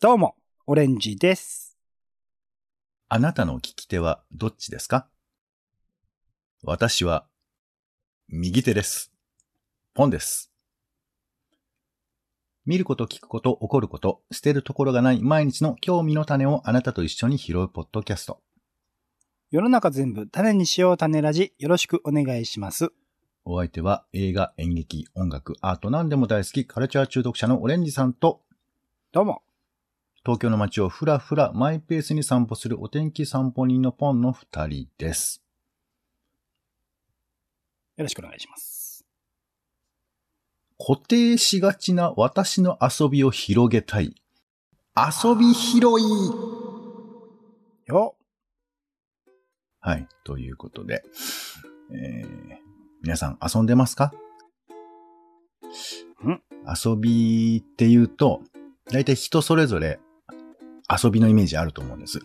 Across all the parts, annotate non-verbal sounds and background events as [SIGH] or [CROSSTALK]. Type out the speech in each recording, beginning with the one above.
どうも、オレンジです。あなたの利き手はどっちですか私は、右手です。ポンです。見ること、聞くこと、怒ること、捨てるところがない毎日の興味の種をあなたと一緒に拾うポッドキャスト。世の中全部種にしよう種ラジ、よろしくお願いします。お相手は映画、演劇、音楽、アート何でも大好き、カルチャー中毒者のオレンジさんと、どうも、東京の街をふらふらマイペースに散歩するお天気散歩人のポンの二人です。よろしくお願いします。固定しがちな私の遊びを広げたい。遊び広いよ、はい、ということで、えー、皆さん遊んでますかん遊びって言うと、だいたい人それぞれ遊びのイメージあると思うんです。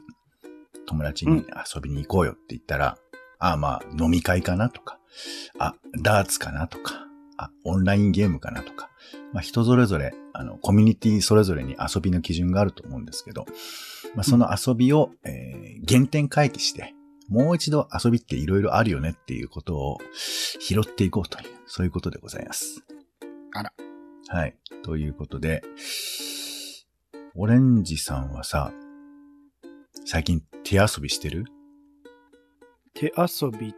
友達うにん遊びに行こうよって言ったら、あまあ飲み会かなとか、あ、ダーツかなとか、あ、オンラインゲームかなとか、まあ人それぞれ、あの、コミュニティそれぞれに遊びの基準があると思うんですけど、まあその遊びを、えー原点回帰して、もう一度遊びっていろいろあるよねっていうことを拾っていこうという、そういうことでございます。あら。はい。ということで、オレンジさんはさ、最近手遊びしてる手遊び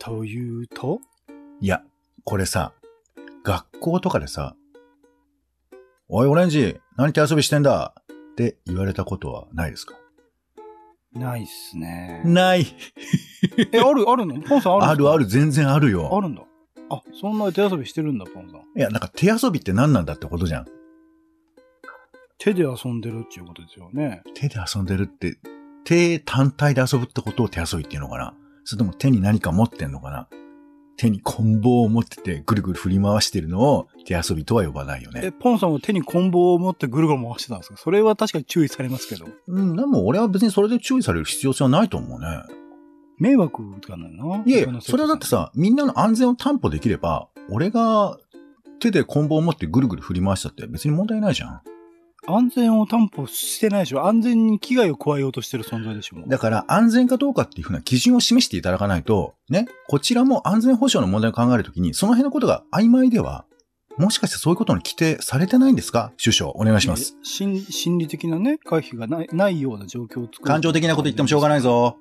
というといや、これさ、学校とかでさ、おいオレンジ、何手遊びしてんだって言われたことはないですかないっすね。ない。え、ある、あるのポンさんあるあんでするかある、全然あるあよ。るんだ。あ、そんな手遊びしてるんだ、ポンさん。いや、なんか手遊びって何なんだってことじゃん。手で遊んでるっていうことですよね。手で遊んでるって、手単体で遊ぶってことを手遊びっていうのかなそれとも手に何か持ってんのかな手にコンボを持っててぐるぐる振り回してるのを手遊びとは呼ばないよえ、ね。ポンさんは手にコンボを持ってぐるぐる回してたんですかそれは確かに注意されますけど。うん、でも俺は別にそれで注意される必要性はないと思うね。迷惑とかないな。いやいや、それはだってさ、みんなの安全を担保できれば、俺が手でコンボを持ってぐるぐる振り回したって別に問題ないじゃん。安全を担保してないでしょ安全に危害を加えようとしてる存在でしょもうだから安全かどうかっていうふうな基準を示していただかないと、ね、こちらも安全保障の問題を考えるときに、その辺のことが曖昧では、もしかしてそういうことに規定されてないんですか首相、お願いします。心心理的なね、回避がないないような状況を作る。感情的なこと言ってもしょうがない。ぞ。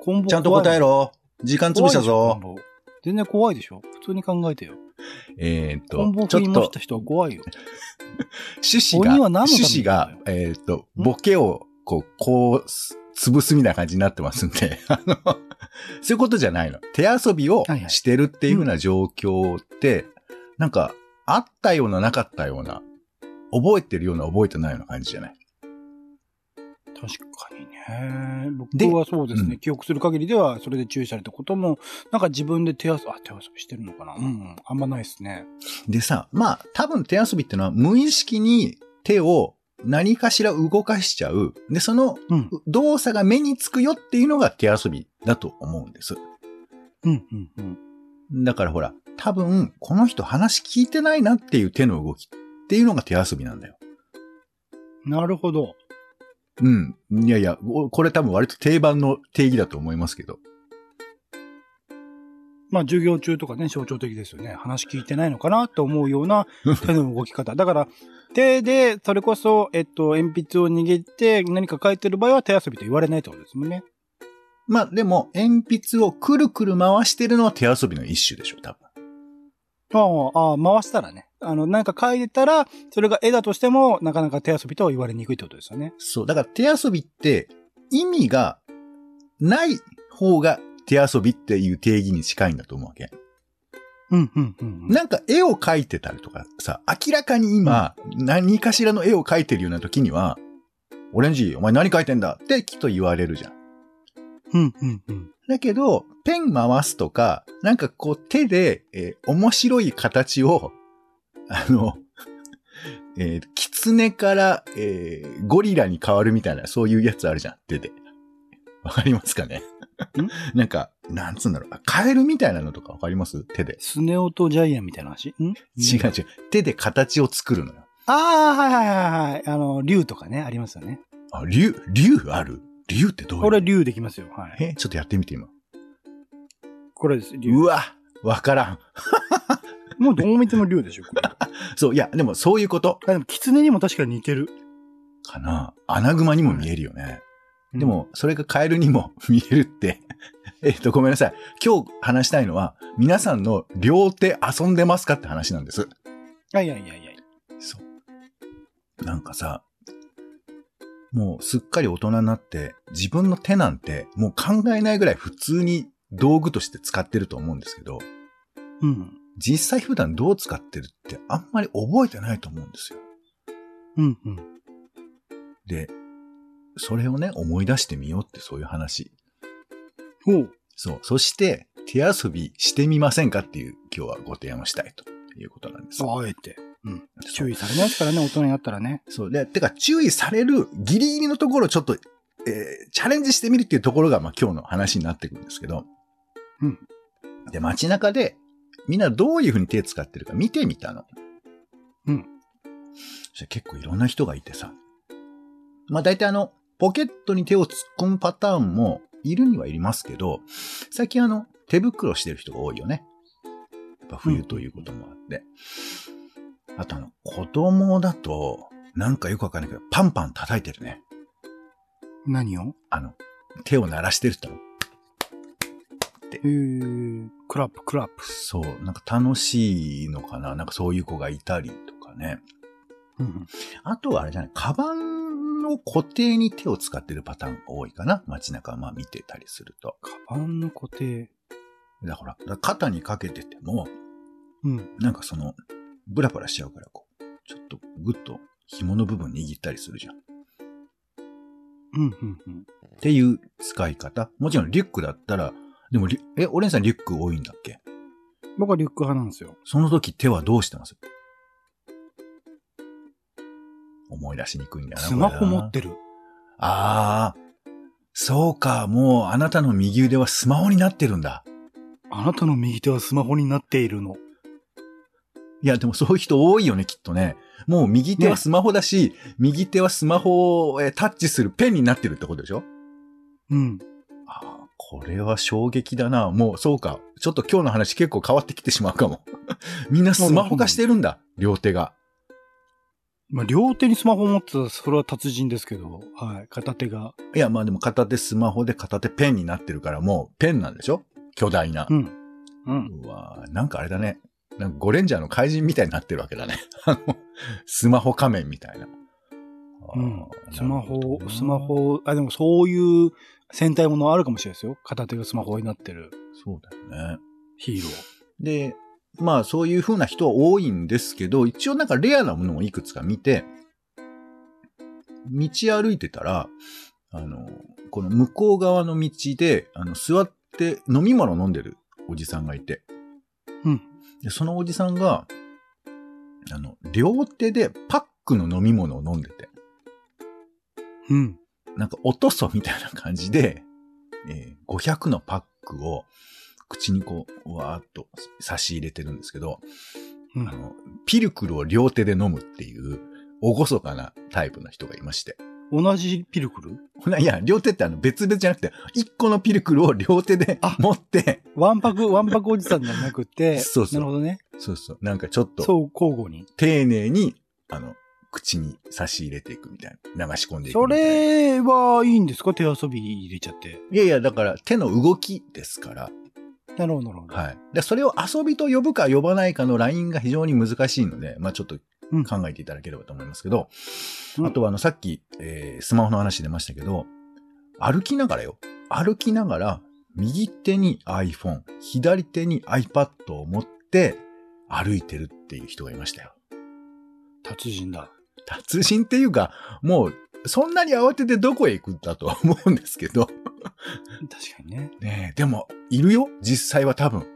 コンボちゃんと答えろ。ろ。時間潰したぞ。怖いでしょ。コンボ全然怖いでしょ普通に考えてよ。えーっとコンボを、ちょ振っりと回した人は怖いよ。趣旨鬼が、は何のため趣に旨が、えーっと、ボケを、こう、こうす、潰すみたいな感じになってますんで、 [LAUGHS] あの、そういうことじゃないの。手遊びをはいはいしてるっていうふうな状況って、なんか、あったような、なかったような、覚えてるような、覚えてないような感じじゃない確かにね。で僕はそうですね、うん記憶する限りでは、それで注意されたことも、なんか自分で手遊び、あ、手遊びしてるのかなうん、うん、あんまないですね。でさ、まあ、多分手遊びってのは無意識に手を何かしら動かしちゃう。で、そのうん、動作が目につくよっていうのが手遊びだと思うんです。うん、うん、うん。だからほら、多分、この人話聞いてないなっていう手の動きっていうのが手遊びなんだよ。なるほど。うん。いやいや、おこれ多分割と定番の定義だと思いますけど。まあ、授業中とかね、象徴的ですよね。話聞いてないのかなと思うよう [LAUGHS] な手の動き方。だから、手で、それこそ、えっと、鉛筆を握って何か書いてる場合は手遊びと言われないってことですもんね。まあでも、鉛筆をくるくる回してるのは手遊びの一種でしょ、多分。ああ、ああ回したらね。あの、なんか書いてたら、それが絵だとしても、なかなか手遊びとは言われにくいってことですよね。そう。だから手遊びって意味がない方が手遊びっていう定義に近いんだと思うわけ。うん、うん、うん。なんか絵を描いてたりとかさ、明らかに今、何かしらの絵を描いてるような時には、オレンジ、お前何描いてんだってきっと言われるじゃん。うん、うん、うん。だけど、ペン回すとか、なんかこう手で、えー面白い形を、あの、 [LAUGHS] えー、キツネから、えーゴリラに変わるみたいな、そういうやつあるじゃん、手で。わかりますかね [LAUGHS] なんか、なんつうんだろう、あカエルみたいなのとかわかります手で。スネ夫とジャイアンみたいな話ん違う違う。手で形を作るのよ。ああ、はいはいはいはい。あの、竜とかね、ありますよね。あ、竜、竜ある竜ってどういうこれ竜できますよ。はい。え、ちょっとやってみて今。これです、う竜。わわからん。もうどう見ても竜でしょ、これ。あそう、いや、でもそういうことでも、狐にも確かに似てる。かな。アナグマにも見えるよね。でも、それがカエルにも [LAUGHS] 見えるって。えっと、ごめんなさい。今日話したいのは、皆さんの両手遊んでますかって話なんです。うん、いやいやいやいや。そう。なんかさ、もうすっかり大人になって、自分の手なんてもう考えないぐらい普通に道具として使ってると思うんですけど、うん。実際普段どう使ってるってあんまり覚えてないと思うんですよ。うん、うん。で、それをね、思い出してみようってそういう話。おう。そう。そして、手遊びしてみませんかっていう今日はご提案をしたいということなんです。あえて。うん。注意されないですからね、大人になったらね。そう。で、てか注意されるギリギリのところをちょっと、えーチャレンジしてみるっていうところが、まあ今日の話になってくるんですけど。うん。で、街中で、みんなどういうふうに手使ってるか見てみたの。うん。そしたら結構いろんな人がいてさ。まあ大体あの、ポケットに手を突っ込むパターンもいるにはいりますけど、最近あの、手袋してる人が多いよね。やっぱ冬ということもあって。あとあの、子供だと、なんかよくわかんないけど、パンパン叩いてるね。何をあの、手を鳴らしてるっての。えー、クラップ、クラップ。そう、なんか楽しいのかななんかそういう子がいたりとかね。うん。あとはあれじゃない、カバンの固定に手を使ってるパターンが多いかな街中、まあ見てたりすると。カバンの固定。だから、だから肩にかけてても、うん。なんかその、ブラブラしちゃうから、こう、ちょっとグッと紐の部分握ったりするじゃん。うん、うん、うん。っていう使い方。もちろんリュックだったら、でもリュ、え、オレンジさんリュック多いんだっけ僕はリュック派なんですよ。その時手はどうしてます思い出しにくいんだよな。。スマホ持っててる。ああ。そうか、もうあなたの右腕はスマホになってるんだ。あなたの右手はスマホになっているの。いや、でもそういう人多いよね、きっとね。もう右手はスマホだし、右手はスマホをえータッチするペンになってるってことでしょうん。ああ、これは衝撃だな。もうそうか。ちょっと今日の話結構変わってきてしまうかも。 [LAUGHS] みんなスマホ化してるんだ、両手が。まあ、両手にスマホを持ってたら、それは達人ですけど、はい。片手が。いや、まあでも片手スマホで片手ペンになってるから、もうペンなんでしょ巨大な。うん。うん。うわーなんかあれだね。なんかゴレンジャーの怪人みたいになってるわけだね。 [LAUGHS] あのスマホ仮面みたいな。あーうん。スマホ、スマ。なるほどなホ、あ、でもそういう戦隊ものあるかもしれないですよ。片手がスマホになってるそうだよね。ヒーロー。で、まあそういう風な人は多いんですけど、一応なんかレアなものをいくつか見て、道歩いてたら、あの、この向こう側の道で、あの、座って飲み物飲んでるおじさんがいて、うん。で、そのおじさんが、あの、両手でパックの飲み物を飲んでて、うん。なんか落とそみたいな感じで、えー500のパックを口にこう、わーっと差し入れてるんですけど、うあん。の、ピルクルを両手で飲むっていう、おごそかなタイプの人がいまして。 [LAUGHS] 同じピルクルほな、いや、両手ってあの、別々じゃなくて、一個のピルクルを両手であ持って、ワンパ [LAUGHS] ク、ワンパクおじさんじゃなくて、そうそうなるほどね。そうそう、なんかちょっと、そう、交互に。丁寧に、あの、口に差し入れていくみたいな。流し込んでいくそみたいな。れはいいんですか手遊び入れちゃって。いやいや、だから手の動きですから。なるほど、なるほど。はい。で、それを遊びと呼ぶか呼ばないかのラインが非常に難しいので、まあちょっとうん考えていただければと思いますけど、うんあとはあの、さっき、えースマホの話出ましたけど、歩きながらよ。歩きながら、右手に iPhone、左手に iPad を持って歩いてるっていう人がいましたよ。達人だ。達人っていうか、もう、そんなに慌ててどこへ行くんだとは思うんですけど。確かにね。ねえ、でも、いるよ実際は多分。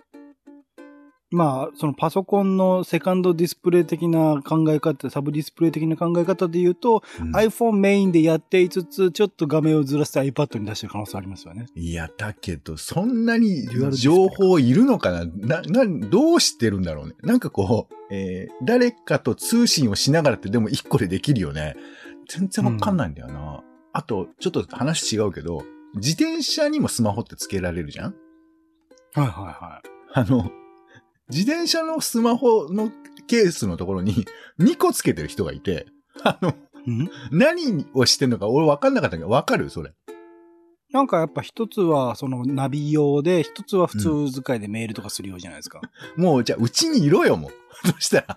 まあ、そのパソコンのセカンドディスプレイ的な考え方、サブディスプレイ的な考え方で言うと、うん iPhone メインでやっていつつ、ちょっと画面をずらして iPad に出してる可能性ありますよね。いや、だけど、そんなにデュアルディスプレイ情報いるのかなな、な、どうしてるんだろうね。なんかこう、えー誰かと通信をしながらってでも一個でできるよね。全然わかんないんだよな。あと、ちょっと話違うけど、自転車にもスマホってつけられるじゃんはいはいはい。あの、自転車のスマホのケースのところに2個つけてる人がいて、あの、うん何をしてんのか俺わかんなかったけど、わかるそれ。なんかやっぱ一つはそのナビ用で、一つは普通使いでメールとかするようじゃないですか。もう、じゃあ、うちにいろよ、もう。 [LAUGHS] そしたら。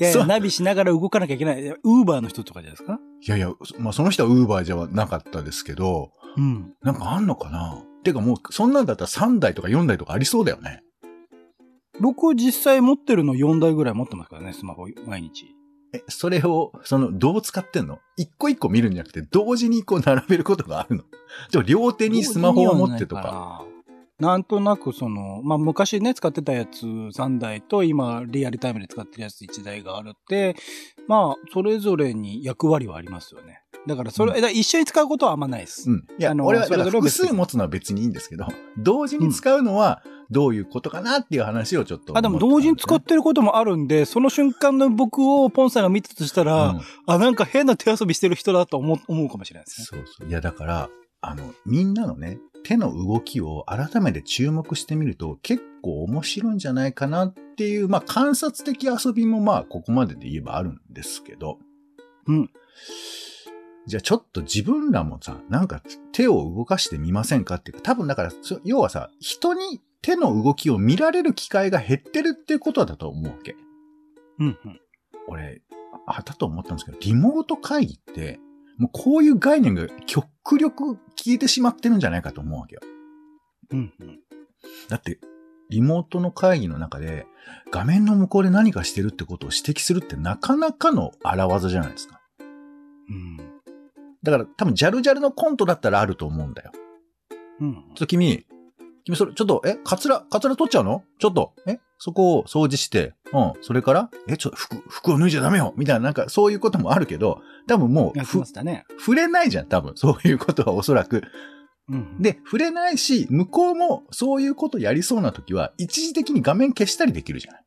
いやいそや、うナビしながら動かなきゃいけない。ウーバーの人とかじゃないですかいやいや、そまあ、その人はウーバーじゃなかったですけど、うん。なんかあんのかなてかもう、そんなんだったら3台とか4台とかありそうだよね。僕実際持ってるの4台ぐらい持ってますからね、スマホ毎日。え、それを、その、どう使ってんの一個一個見るんじゃなくて、同時にこう並べることがあるの。 [LAUGHS] じゃあ両手にスマホを持ってとか。同時にはないかな。なんとなくその、まあ、昔ね、使ってたやつ3台と、今、リアルタイムで使ってるやつ1台があるって、まあ、それぞれに役割はありますよね。だから、それ、うんだから一緒に使うことはあんまないです。うん。いや、あの俺は、それだからぞれは複別に数持つのは別にいいんですけど、同時に使うのは、どういうことかなっていう話をちょっとあ、思ってたでんもだよね、同時に使ってることもあるんで、その瞬間の僕をポンさんが見てたとしたら、うんあ、なんか変な手遊びしてる人だと思う思うかもしれないですね。そうそう。いや、だから、あの、みんなのね、手の動きを改めて注目してみると、結構面白いんじゃないかなっていう、まあ、観察的遊びも、まあ、ここまでで言えばあるんですけど。うん。じゃあ、ちょっと自分らもさ、なんか手を動かしてみませんかっていうか、多分だから、そ要はさ、人に手の動きを見られる機会が減ってるっていうことだと思うわけ。うん、うん。俺、あだと思ったんですけど、リモート会議って、もうこういう概念が極力消えてしまってるんじゃないかと思うわけよ。うん、うん。だって、リモートの会議の中で、画面の向こうで何かしてるってことを指摘するってなかなかの荒技じゃないですか。うん。だから多分ジャルジャルのコントだったらあると思うんだよ。ちょうんっ。と君、君それ、ちょっと、え、カツラ、カツラ取っちゃうのちょっと、え、そこを掃除して、うん、それから、え、ちょ、服、服を脱いじゃダメよみたいな、なんかそういうこともあるけど、多分もう、やってふましたね。触れないじゃん、多分。そういうことはおそらく。うん。で、触れないし、向こうもそういうことやりそうな時は、一時的に画面消したりできるじゃない。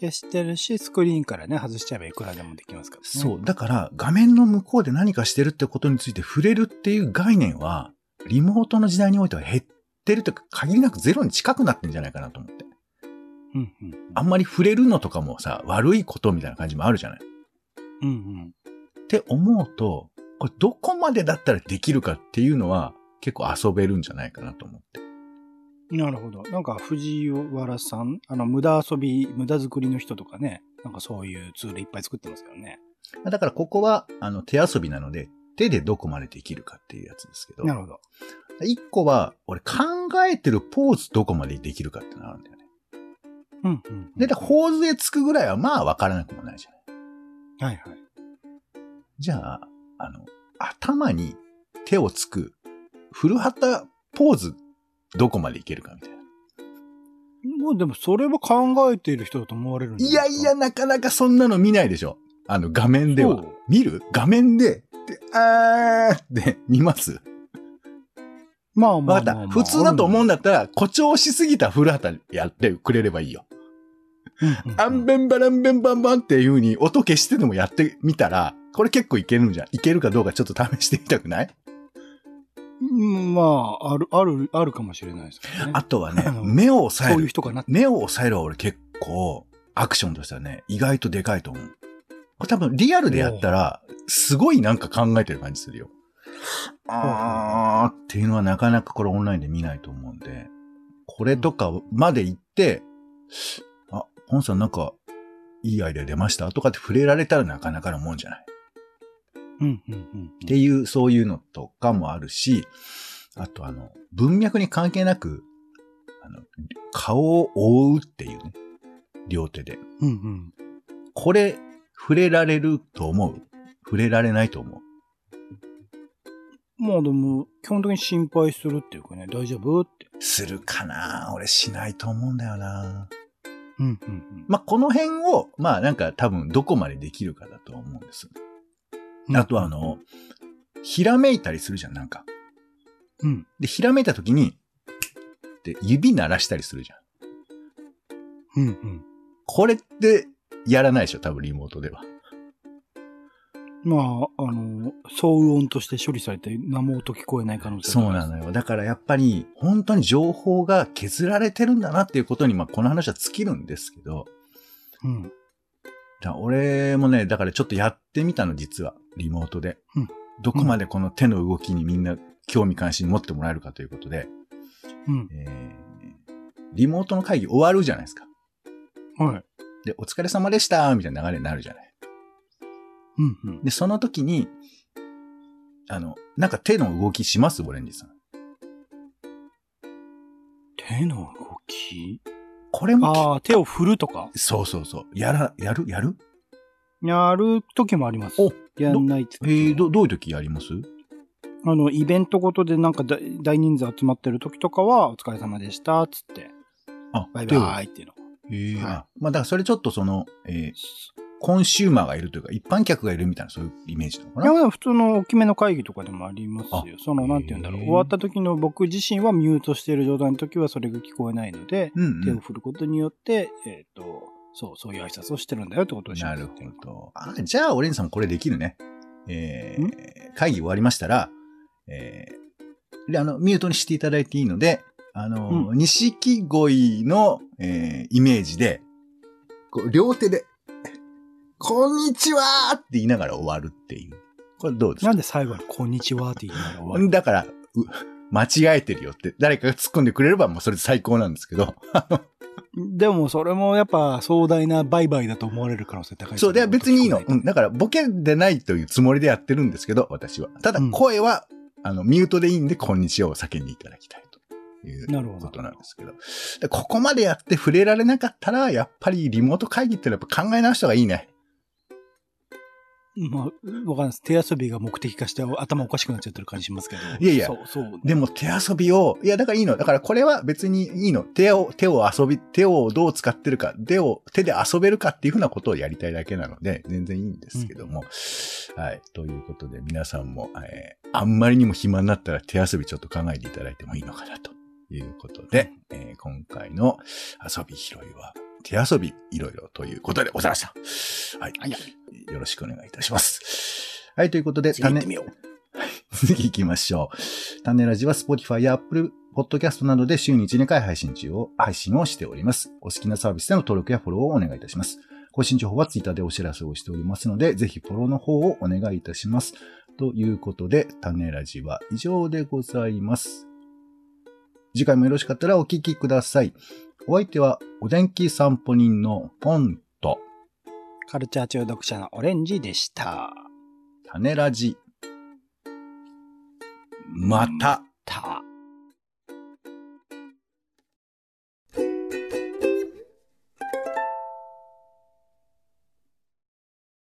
消してるし、スクリーンからね、外しちゃえばいくらでもできますから、ね。そう。だから、画面の向こうで何かしてるってことについて触れるっていう概念は、リモートの時代においては減ってるというか、限りなくゼロに近くなってんじゃないかなと思って。うんうん。あんまり触れるのとかもさ、悪いことみたいな感じもあるじゃない。うんうん。って思うと、これどこまでだったらできるかっていうのは、結構遊べるんじゃないかなと思って。なるほど。なんか、藤原さん、あの、無駄遊び、無駄作りの人とかね、なんかそういうツールいっぱい作ってますからね。まあだからここは、あの、手遊びなので、手でどこまでできるかっていうやつですけど。なるほど。一個は、俺考えてるポーズどこまでできるかってのがあるんだよね。うんうん。で、だから頬杖つくぐらいはまあわからなくもないじゃない。はいはい。じゃあ、あの、頭に手をつく、古畑ポーズどこまでいけるかみたいな。もうでも、それは考えている人だと思われるんじゃいなやですかいや、、なかなかそんなの見ないでしょ。あの、画面ではそう。見る画面で、であーって見ますまあまわあまあかったまあ、。普通だと思うんだ。だったら、誇張しすぎた古畑やってくれればいいよ。うんうんアンベンバランベンバンバンっていう風に音消してでもやってみたら、これ結構いけるんじゃん。いけるかどうかちょっと試してみたくないうんまあ、ある、ある、あるかもしれないですけどね。あとは [LAUGHS] ねあ、の目を押さそえういうる。人かな。目を押さえるは俺結構、アクションとしてはね、意外とでかいと思う。これ多分リアルでやったら、すごいなんか考えてる感じするよ。あーっていうのはなかなかこれオンラインで見ないと思うんで、これとかまで行って、あ、ポンさんなんか、いいアイデア出ましたとかって触れられたらなかなかのもんじゃない。うんうんうんうん。っていう、そういうのとかもあるし、あとあの、文脈に関係なく、あの、顔を覆うっていうね。両手で。うんうん。これ、触れられると思う触れられないと思うまあでも、基本的に心配するっていうかね、大丈夫って。するかな俺しないと思うんだよなうんうんまあ、この辺を、まあ、なんか多分どこまでできるかだとは思うんです。うん。あとはあの、ひらめいたりするじゃん、なんか。うん。で、ひらめいた時に、で、指鳴らしたりするじゃん。うんうん。これって、やらないでしょ、多分リモートでは。まあ、あの、騒音として処理されて何も音聞こえない可能性そうなのよ。だからやっぱり、本当に情報が削られてるんだなっていうことに、まあ、この話は尽きるんですけど、うん。だ俺もね、だからちょっとやってみたの、実は。リモートで。うんどこまでこの手の動きにみんな興味関心持ってもらえるかということで、うん。えーリモートの会議終わるじゃないですか。はい。で、お疲れ様でしたみたいな流れになるじゃない。うんうん。で、その時に、あの、なんか手の動きしますボレンジさん。手の動きこれもああ、手を振るとかき、そうそうそう。やら、やるやるやる時もあります。おやんないってえ言っー、てたど、どういう時やりますあの、イベントごとでなんか大大人数集まってる時とかは、お疲れ様でした、つって、あ、バイ手をバイっていうの。えーはいあまあ、だからそれちょっとその、えーコンシューマーがいるというか、一般客がいるみたいな、そういうイメージなのかいや、なでも普通の大きめの会議とかでもありますあよ。その、なんて言うんだろう。へえ終わった時の僕自身はミュートしている状態の時はそれが聞こえないので、うん、う手をん。振ることによって、えっ、と、そう、そういう挨拶をしてるんだよってことをしなまするほど。あ、じゃあ、オレンジさんもこれできるね。えー会議終わりましたら、えーで、あの、ミュートにしていただいていいので、あの、う錦鯉の、えーイメージで、こう、両手で、こんにちはって言いながら終わるっていう。これどうですかなんで最後に、こんにちはって言いながら終わるだから、う [LAUGHS] 間違えてるよって、誰かが突っ込んでくれればもうそれで最高なんですけど。でも、それもやっぱ壮大な売買だと思われる可能性高いですね。そう、で別にいいの。音聞うこん。だから、ボケでないというつもりでやってるんですけど、私は。ただう、ん声は、あの、ミュートでいいんで、こんにちはを叫んでいただきたいといなるほうどことなんですけど。でここまでやって触れられなかったら、やっぱりリモート会議ってのはやっぱ考え直した方がいいね。えないまあ、わかんないです。手遊びが目的化して頭おかしくなっちゃってる感じしますけど。いやいやそう、そう。でも手遊びを、いや、だからいいの。だからこれは別にいいの。手を、手を遊び、手をどう使ってるか、手を、手で遊べるかっていうふうなことをやりたいだけなので、全然いいんですけども。はい。ということで、皆さんも、えーあんまりにも暇になったら手遊びちょっと考えていただいてもいいのかなということで、えー今回の遊び拾いは、手遊びいろいろということでございました。はい。はいよろしくお願いいたします。はい、ということで、次行ってみよう。 [LAUGHS] 次行きましょう。タネラジは Spotify や Apple Podcast などで週に1、2回配信中を、配信をしております。お好きなサービスでの登録やフォローをお願いいたします。更新情報は Twitter でお知らせをしておりますので、ぜひフォローの方をお願いいたします。ということで、タネラジは以上でございます。次回もよろしかったらお聞きください。お相手は、お天気散歩人のポンと、カルチャー中毒者のオレンジでした。種ラジ。また。